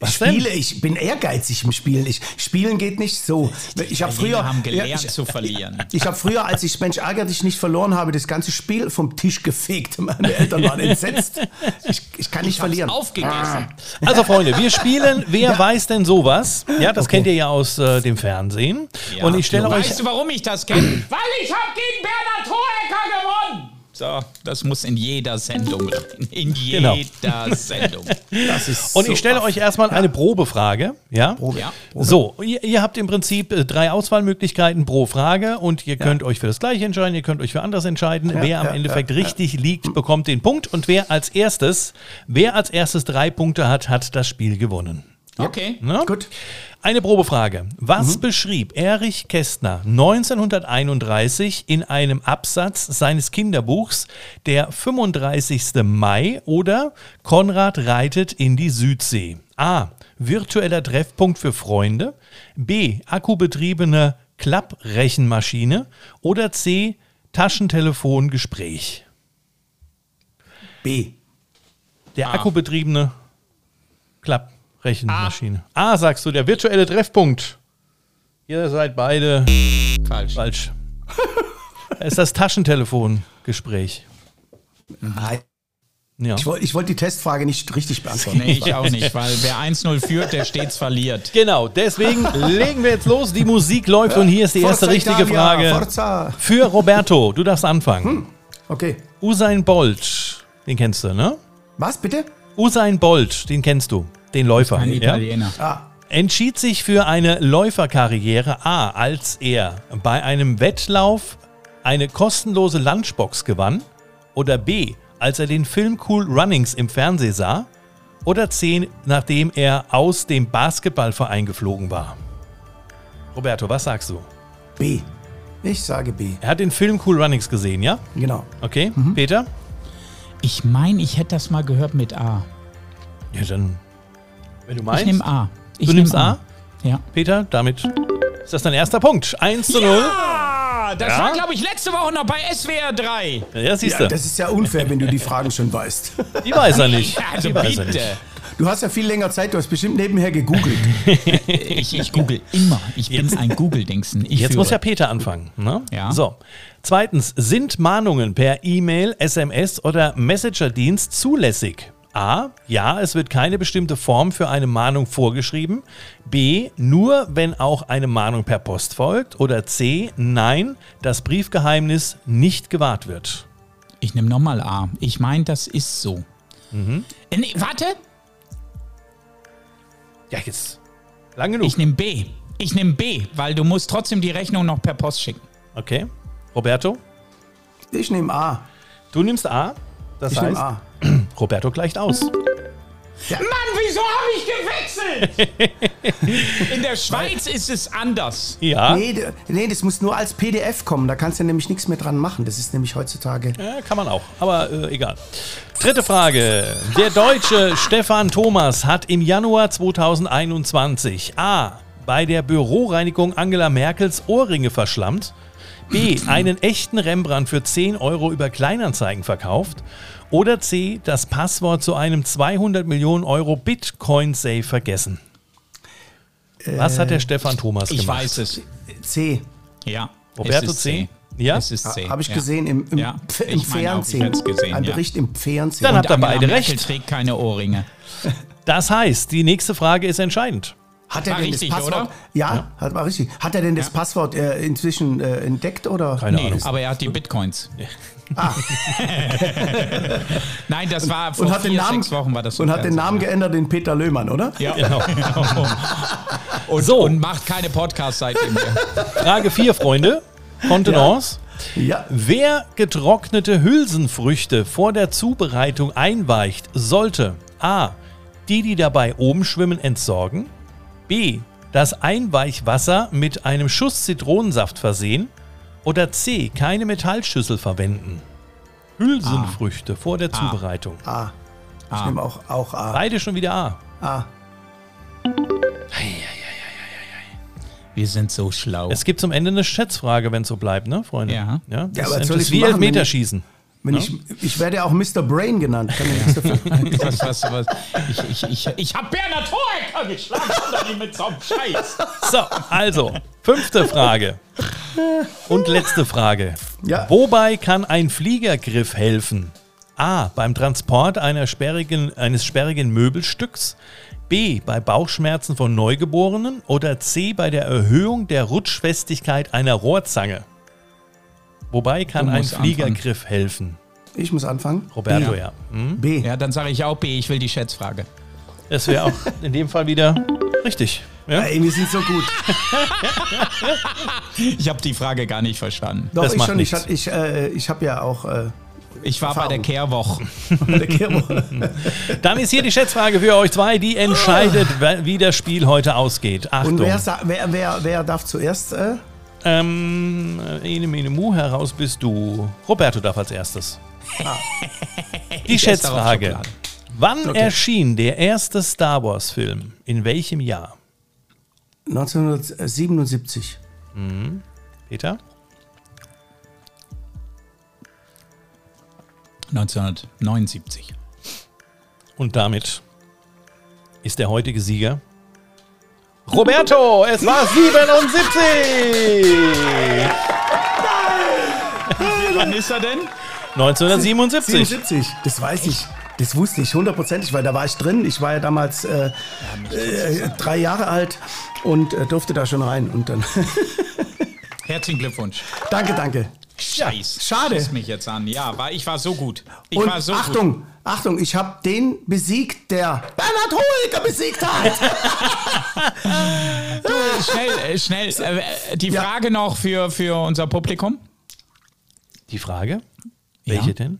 Speaker 2: Was
Speaker 4: Spiele, ich bin ehrgeizig im Spielen. Ich, Spielen geht nicht so. Ich habe früher,
Speaker 3: Wir haben gelernt
Speaker 4: ja, ich,
Speaker 3: zu verlieren.
Speaker 4: ich habe früher, als ich Mensch ärger dich nicht verloren habe, das ganze Spiel vom Tisch gefegt. Meine Eltern waren entsetzt. Ich, ich kann nicht verlieren.
Speaker 3: Aufgegessen.
Speaker 2: Also Freunde, wir spielen Wer weiß denn sowas? Ja, das kennt ihr ja aus äh, dem Fernsehen.
Speaker 4: Ah.
Speaker 2: Und ich stelle euch
Speaker 3: Weißt du, warum ich das kenne? Weil ich habe gegen Bernhard Hohecker gewonnen. So, das muss in jeder Sendung rein. In
Speaker 2: Genau.
Speaker 3: jeder Sendung.
Speaker 4: Das ist
Speaker 2: und
Speaker 4: so
Speaker 2: ich stelle euch erstmal eine Probefrage, ja?
Speaker 3: Ja.
Speaker 2: So, ihr, ihr habt im Prinzip äh, drei Auswahlmöglichkeiten pro Frage und ihr könnt euch für das gleiche entscheiden, ihr könnt euch für anderes entscheiden. wer am Endeffekt richtig liegt, bekommt den Punkt und wer als erstes, wer als erstes drei Punkte hat, hat das Spiel gewonnen.
Speaker 3: Okay.
Speaker 2: Ne?
Speaker 4: Gut.
Speaker 2: Eine Probefrage. Was beschrieb Erich Kästner 1931 in einem Absatz seines Kinderbuchs Der 35. Mai oder Konrad reitet in die Südsee? A. Virtueller Treffpunkt für Freunde. B. Akkubetriebene Klapprechenmaschine. Oder C. Taschentelefongespräch.
Speaker 4: B.
Speaker 2: Der akkubetriebene Klapprechenmaschine. A. sagst du, der virtuelle Treffpunkt. Ihr seid beide
Speaker 3: Falsch.
Speaker 2: falsch. es ist das Taschentelefongespräch.
Speaker 4: Nein.
Speaker 2: Ja.
Speaker 4: Ich wollte ich wollt die Testfrage nicht richtig beantworten.
Speaker 3: Nee, ich auch nicht, weil wer 1-0 führt, der stets verliert.
Speaker 2: Genau, deswegen legen wir jetzt los. Die Musik läuft und hier ist die erste
Speaker 4: Forza
Speaker 2: richtige
Speaker 4: Italia,
Speaker 2: Frage.
Speaker 4: Forza.
Speaker 2: Für Roberto, du darfst anfangen.
Speaker 4: Hm. Okay.
Speaker 2: Usain Bolt, den kennst du, ne?
Speaker 4: Was bitte?
Speaker 2: Usain Bolt, den kennst du, den Läufer.
Speaker 3: Ein
Speaker 2: ja?
Speaker 3: Italiener.
Speaker 2: entschied sich für eine Läuferkarriere A, als er bei einem Wettlauf eine kostenlose Lunchbox gewann oder B, als er den Film Cool Runnings im Fernsehen sah oder C, nachdem er aus dem Basketballverein geflogen war. Roberto, was sagst du?
Speaker 4: B. Ich sage B.
Speaker 2: Er hat den Film Cool Runnings gesehen, ja?
Speaker 4: Genau.
Speaker 2: Okay,
Speaker 3: Mhm.
Speaker 2: Peter?
Speaker 3: Ich meine, ich hätte das mal gehört mit A.
Speaker 2: Ja, dann. Wenn du
Speaker 3: Ich
Speaker 2: meinst.
Speaker 3: nehme A. Ich
Speaker 2: du
Speaker 3: nehm
Speaker 2: nimmst A?
Speaker 3: Ja.
Speaker 2: Peter, damit ist das dein erster Punkt. 1 zu 0.
Speaker 3: Ah, das war, glaube ich, letzte Woche noch bei SWR 3.
Speaker 2: Ja, siehst du.
Speaker 4: Ja, das ist ja unfair, wenn du die Fragen schon weißt.
Speaker 2: die weiß er nicht.
Speaker 3: Also
Speaker 2: die weiß er nicht.
Speaker 3: bitte.
Speaker 4: Du hast ja viel länger Zeit, du hast bestimmt nebenher gegoogelt.
Speaker 3: Ich, ich google immer. Ich bin ein Google-Dingsen. Ich
Speaker 2: Jetzt
Speaker 3: führe.
Speaker 2: muss ja Peter anfangen. Ne?
Speaker 3: Ja.
Speaker 2: So. Zweitens, sind Mahnungen per E-Mail, SMS oder Messenger-Dienst zulässig? A. Ja, es wird keine bestimmte Form für eine Mahnung vorgeschrieben. B. Nur, wenn auch eine Mahnung per Post folgt. Oder C. Nein, das Briefgeheimnis nicht gewahrt wird.
Speaker 3: Ich nehme nochmal A. Ich meine, das ist so.
Speaker 2: Mhm.
Speaker 3: Äh, Nee, warte,
Speaker 2: Ja, jetzt. Lang genug.
Speaker 3: ich nehme B. Ich nehme B, weil du musst trotzdem die Rechnung noch per Post schicken.
Speaker 2: Okay. Roberto,
Speaker 4: Ich nehme A.
Speaker 2: du nimmst A. Das
Speaker 4: Ich nehme
Speaker 2: heißt,
Speaker 4: A.
Speaker 2: Roberto gleicht aus.
Speaker 3: Mann, wieso habe ich gewechselt? In der Schweiz ist es anders.
Speaker 2: Ja,
Speaker 4: Nee, d- nee, das muss nur als PDF kommen. Da kannst du nämlich nichts mehr dran machen. Das ist nämlich heutzutage.
Speaker 2: Ja, kann man auch, aber äh, egal. Dritte Frage. Der Deutsche Stefan Thomas hat im Januar 2021 A. bei der Büroreinigung Angela Merkels Ohrringe verschlammt, B. einen echten Rembrandt für 10 Euro über Kleinanzeigen verkauft oder C. das Passwort zu einem 200 Millionen Euro Bitcoin-Safe vergessen. Was hat der Stefan Thomas
Speaker 3: Äh, Ich
Speaker 2: gemacht?
Speaker 3: weiß es.
Speaker 4: C.
Speaker 3: Ja.
Speaker 2: Roberto
Speaker 3: es ist
Speaker 2: C. Ja?
Speaker 3: Es ist C.
Speaker 4: Habe Ah, ich
Speaker 3: ja.
Speaker 4: gesehen im, im,
Speaker 3: Ja,
Speaker 4: Pf- im
Speaker 3: ich meine auch, ich
Speaker 4: Fernsehen.
Speaker 3: hätt's gesehen,
Speaker 4: Ein
Speaker 3: ja.
Speaker 4: Bericht im Fernsehen.
Speaker 2: Dann
Speaker 3: Und
Speaker 2: habt ihr
Speaker 3: Angela
Speaker 2: beide
Speaker 3: Merkel
Speaker 2: recht.
Speaker 3: trägt keine Ohrringe.
Speaker 2: Das heißt, die nächste Frage ist entscheidend.
Speaker 4: Hat er
Speaker 3: War
Speaker 4: denn
Speaker 3: richtig,
Speaker 4: das Passwort?
Speaker 3: oder?
Speaker 4: Ja, Hat, war richtig. Hat er denn das Passwort äh, inzwischen äh, entdeckt oder?
Speaker 2: Keine
Speaker 3: Nee,
Speaker 2: Ahnung.
Speaker 3: aber er hat die Bitcoins. Nein, das war vor
Speaker 4: Ah. Und hat
Speaker 3: vier,
Speaker 4: den Namen,
Speaker 3: sechs Wochen war das.
Speaker 4: und
Speaker 3: im
Speaker 4: hat den
Speaker 3: Fernsehen,
Speaker 4: Namen
Speaker 3: ja.
Speaker 4: geändert in Peter Löhmann, oder?
Speaker 3: Ja, genau. und, und macht keine Podcasts seitdem. mehr.
Speaker 2: Frage 4, Freunde. Contenance.
Speaker 4: Ja.
Speaker 2: Wer getrocknete Hülsenfrüchte vor der Zubereitung einweicht, sollte A. Die, die dabei oben schwimmen, entsorgen. B. Das Einweichwasser mit einem Schuss Zitronensaft versehen. Oder C. Keine Metallschüssel verwenden. Hülsenfrüchte vor der Zubereitung.
Speaker 4: A. Ich
Speaker 3: Ah.
Speaker 4: nehme auch, auch A.
Speaker 2: Beide schon wieder A.
Speaker 4: A.
Speaker 3: Wir sind so schlau.
Speaker 2: Es gibt zum Ende eine Schätzfrage, wenn es so bleibt, ne, Freunde?
Speaker 3: Ja.
Speaker 2: ja das
Speaker 4: aber was
Speaker 2: ist
Speaker 4: soll
Speaker 2: das
Speaker 4: ich
Speaker 2: wie
Speaker 4: machen, wenn
Speaker 2: Elfmeterschießen.
Speaker 4: Wenn ich, ich werde ja auch Mr. Brain genannt. Kann ich nichts dafür.
Speaker 3: was, was, was. Ich, ich, ich, ich hab Bernhard Hoecker geschlagen, sondern die mit so einem Scheiß.
Speaker 2: So, also, fünfte Frage. Und letzte Frage.
Speaker 4: Ja.
Speaker 2: Wobei kann ein Fliegergriff helfen? A. Beim Transport einer sperrigen, eines sperrigen Möbelstücks. B. Bei Bauchschmerzen von Neugeborenen. Oder C. Bei der Erhöhung der Rutschfestigkeit einer Rohrzange. Wobei kann
Speaker 3: Du
Speaker 2: ein
Speaker 3: musst anfangen.
Speaker 2: Fliegergriff helfen?
Speaker 4: Ich muss anfangen.
Speaker 2: Roberto,
Speaker 3: Ja.
Speaker 2: ja.
Speaker 4: B.
Speaker 3: Ja, dann sage ich auch B, ich will die Schätzfrage.
Speaker 2: Das wäre auch in dem Fall wieder richtig. Ja?
Speaker 4: Ey, wir sind so gut.
Speaker 3: Ich habe die Frage gar nicht verstanden.
Speaker 4: Doch,
Speaker 2: Das
Speaker 4: ich
Speaker 2: macht
Speaker 4: schon. Ich,
Speaker 2: nichts.
Speaker 4: hab- ich, äh, ich habe ja auch äh,
Speaker 3: Ich war bei der
Speaker 4: Erfahrung.
Speaker 3: Kehrwoche.
Speaker 4: bei der Kirche.
Speaker 2: Dann ist hier die Schätzfrage für euch zwei, die entscheidet, wer- wie das Spiel heute ausgeht. Achtung.
Speaker 4: Und wer, sa- wer, wer, wer darf zuerst? Äh?
Speaker 2: Ähm, Ene Mene Mu, heraus bist du. Roberto darf als erstes. Die Schätzfrage.
Speaker 3: darauf
Speaker 2: Wann erschien der erste Star Wars-Film? In welchem Jahr?
Speaker 4: 1977.
Speaker 2: Peter?
Speaker 3: 1979.
Speaker 2: Und damit ist der heutige Sieger. Roberto, es war 77!
Speaker 3: Wann ist er denn?
Speaker 2: 1977.
Speaker 4: 77. Das weiß ich. Das wusste ich hundertprozentig, weil da war ich drin. Ich war ja damals äh, äh, drei Jahre alt und äh, durfte da schon rein. Und dann.
Speaker 3: Herzlichen Glückwunsch.
Speaker 4: danke, danke.
Speaker 3: Scheiße.
Speaker 4: schade.
Speaker 3: Schieß mich jetzt an. Ja, war, ich war so gut. Ich
Speaker 4: und
Speaker 3: war so gut.
Speaker 4: Achtung, Achtung, ich habe den besiegt, der Bernhard Hoeker besiegt hat. Ah.
Speaker 3: Schnell, äh, schnell. Äh, die Frage noch für, für unser Publikum.
Speaker 2: Die Frage? Welche
Speaker 3: Ja.
Speaker 2: denn?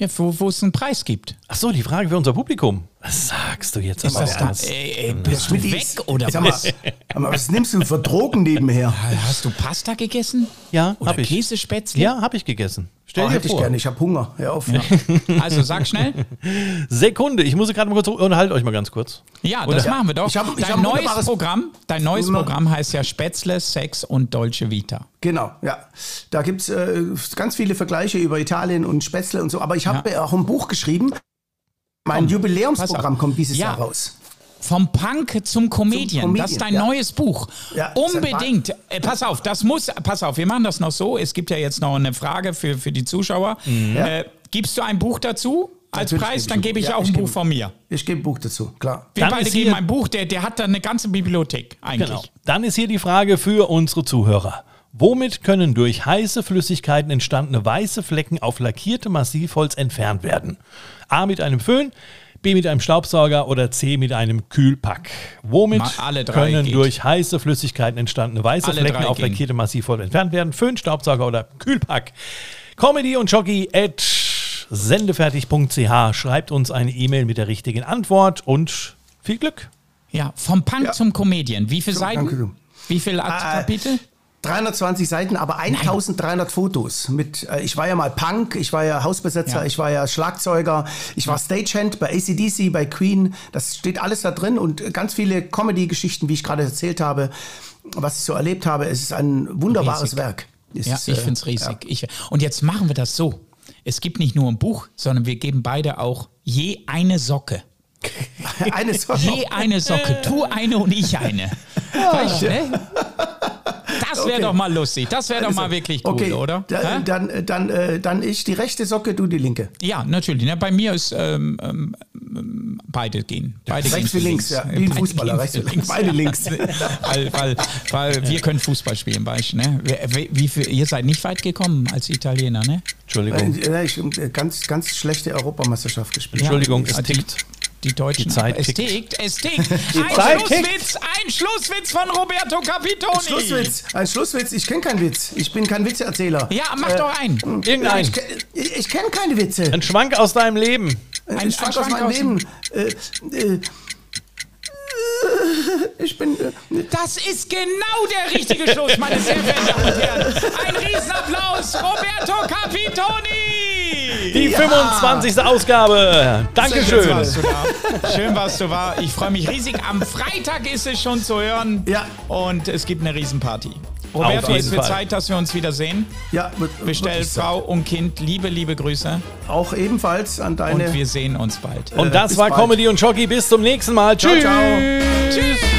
Speaker 3: Ja, wo, wo es einen Preis gibt.
Speaker 2: Ach so, die Frage für unser Publikum. Was sagst du jetzt? aber ernst?
Speaker 3: Ey, ey, Äh, bist du
Speaker 4: Mit
Speaker 3: weg
Speaker 4: dies-
Speaker 3: oder
Speaker 4: Sag mal,
Speaker 3: was?
Speaker 4: sag mal, was nimmst du für Drogen nebenher?
Speaker 3: Äh, Hast du Pasta gegessen?
Speaker 2: Ja,
Speaker 3: Oder
Speaker 2: hab ich.
Speaker 3: Käsespätzle?
Speaker 2: Ja, habe ich gegessen. Stell
Speaker 4: Oh,
Speaker 2: dir
Speaker 4: hätte ich
Speaker 2: vor.
Speaker 4: gerne, ich habe Hunger. Hör auf.
Speaker 3: Also sag schnell.
Speaker 2: Sekunde, ich muss gerade mal kurz unterhalten euch mal ganz kurz.
Speaker 3: Ja, das machen wir doch.
Speaker 4: Ich hab- ich
Speaker 3: dein
Speaker 4: hab ein
Speaker 3: neues
Speaker 4: wunderbares-
Speaker 3: Programm, dein neues
Speaker 4: Wunder-
Speaker 3: Programm heißt ja Spätzle, Sex und Dolce Vita.
Speaker 4: Genau, ja. Da gibt es äh, ganz viele Vergleiche über Italien und Spätzle und so. Aber ich habe auch ein Buch geschrieben. Mein
Speaker 3: pass
Speaker 4: Jubiläumsprogramm
Speaker 3: auf.
Speaker 4: kommt dieses
Speaker 3: Ja.
Speaker 4: Jahr raus.
Speaker 3: Vom Punk zum Comedian.
Speaker 4: Comedian,
Speaker 3: das ist dein
Speaker 4: ja.
Speaker 3: neues Buch.
Speaker 4: Ja,
Speaker 3: Unbedingt. Äh, pass auf, das muss. Pass auf, wir machen das noch so. Es gibt ja jetzt noch eine Frage für, für die Zuschauer. Äh, gibst du ein Buch dazu als
Speaker 4: Mhm. Natürlich
Speaker 3: Preis?
Speaker 4: geb ich
Speaker 3: Dann
Speaker 4: ein
Speaker 3: gebe ich
Speaker 4: Buch. Ja,
Speaker 3: auch
Speaker 4: ich
Speaker 3: ein Buch
Speaker 4: geb-
Speaker 3: von mir.
Speaker 4: Ich gebe ein Buch dazu, klar.
Speaker 3: Wir
Speaker 2: Dann
Speaker 3: beide
Speaker 2: ist hier-
Speaker 3: geben ein Buch. Der, der hat da eine ganze Bibliothek eigentlich.
Speaker 2: Genau. Dann ist hier die Frage für unsere Zuhörer. Womit können durch heiße Flüssigkeiten entstandene weiße Flecken auf lackierte Massivholz entfernt werden? A mit einem Föhn, B mit einem Staubsauger oder C mit einem Kühlpack. Womit
Speaker 3: Mal alle drei
Speaker 2: können
Speaker 3: geht.
Speaker 2: durch heiße Flüssigkeiten entstandene weiße
Speaker 3: Alle
Speaker 2: Flecken
Speaker 3: drei
Speaker 2: auf
Speaker 3: gehen.
Speaker 2: lackierte Massivholz entfernt werden? Föhn, Staubsauger oder Kühlpack? Comedy und Jockey at sendefertig.ch schreibt uns eine E-Mail mit der richtigen Antwort und viel Glück.
Speaker 3: Ja, vom Punk zum Comedian. Wie viele
Speaker 4: Danke.
Speaker 3: Seiten? Wie viele
Speaker 4: Ah,
Speaker 3: Kapitel?
Speaker 4: 320 Seiten, aber 1300 Fotos. Mit, äh, ich war ja mal Punk, ich war ja Hausbesetzer,
Speaker 3: Ja.
Speaker 4: ich war ja Schlagzeuger, ich war Stagehand bei ACDC, bei Queen. Das steht alles da drin und ganz viele Comedy-Geschichten, wie ich gerade erzählt habe, was ich so erlebt habe. Es ist ein wunderbares
Speaker 3: Riesig.
Speaker 4: Werk. Es
Speaker 3: Ja,
Speaker 4: ist,
Speaker 3: ich
Speaker 4: äh,
Speaker 3: finde es riesig. Ich, und jetzt machen wir das so. Es gibt nicht nur ein Buch, sondern wir geben beide auch je eine Socke.
Speaker 4: Eine Sorge.
Speaker 3: Je eine Socke. Du eine und ich eine. Weißt du, ne? Das wäre
Speaker 4: Okay.
Speaker 3: doch mal lustig. Das wäre doch mal wirklich cool,
Speaker 4: okay,
Speaker 3: oder? Hä?
Speaker 4: Dann, äh, dann, dann, äh, dann ich die rechte Socke, du die linke.
Speaker 3: Ja, natürlich. Ne? Bei mir ist ähm, ähm, ähm, beide gehen. Beide
Speaker 4: Rechts wie
Speaker 3: gehen für
Speaker 4: links, ja. Wie ein
Speaker 3: Beide
Speaker 4: Fußballer,
Speaker 3: gehen
Speaker 4: rechts
Speaker 3: für
Speaker 4: wie links. Beide links.
Speaker 3: weil, weil, weil wir können Fußball spielen, weißt du, ne? Wie, wie, viel- ihr seid nicht weit gekommen als Italiener, ne?
Speaker 2: Entschuldigung.
Speaker 4: Äh, Ich, äh, ganz, ganz schlechte Europameisterschaft gespielt.
Speaker 2: Entschuldigung,
Speaker 3: Ja,
Speaker 2: es
Speaker 3: die-
Speaker 2: tickt.
Speaker 3: Die Deutschen.
Speaker 2: Die Zeit
Speaker 3: es
Speaker 2: tickt.
Speaker 3: tickt. Es tickt. Ein
Speaker 2: Zeit
Speaker 3: Schlusswitz, ein Schlusswitz von Roberto Capitoni.
Speaker 4: Schlusswitz, ein Schlusswitz. Ich kenne keinen Witz. Ich bin kein Witzeerzähler.
Speaker 3: Ja, mach doch einen.
Speaker 2: Irgendein.
Speaker 4: Ich, ke- ich, ich kenne keine Witze.
Speaker 2: Ein Schwank aus deinem Leben.
Speaker 4: Ein Schwank aus meinem Leben. Äh, äh, ich bin. Äh,
Speaker 3: Das ist genau der richtige Schluss, meine sehr verehrten Damen und Herren. Ein Riesenapplaus, Roberto Capitoni!
Speaker 2: Die 25. Ausgabe.
Speaker 3: Schön
Speaker 2: Dankeschön.
Speaker 3: warst du da. Schön warst du da. Ich freue mich riesig. Am Freitag ist es schon zu hören.
Speaker 4: Ja.
Speaker 3: Und es gibt eine Riesenparty. Roberto,
Speaker 2: jeden
Speaker 3: es wird
Speaker 2: Fall.
Speaker 3: Zeit, dass wir uns wiedersehen.
Speaker 4: ja, wird-
Speaker 3: Bestell
Speaker 4: wirklich so.
Speaker 3: Frau und Kind liebe, liebe Grüße.
Speaker 4: Auch ebenfalls an deine.
Speaker 3: Und wir sehen uns bald.
Speaker 2: Und das
Speaker 4: bis
Speaker 2: war
Speaker 4: bald.
Speaker 2: Comedy und Jockey. Bis zum nächsten Mal. Tschüss.
Speaker 4: ciao.
Speaker 3: Tschüss!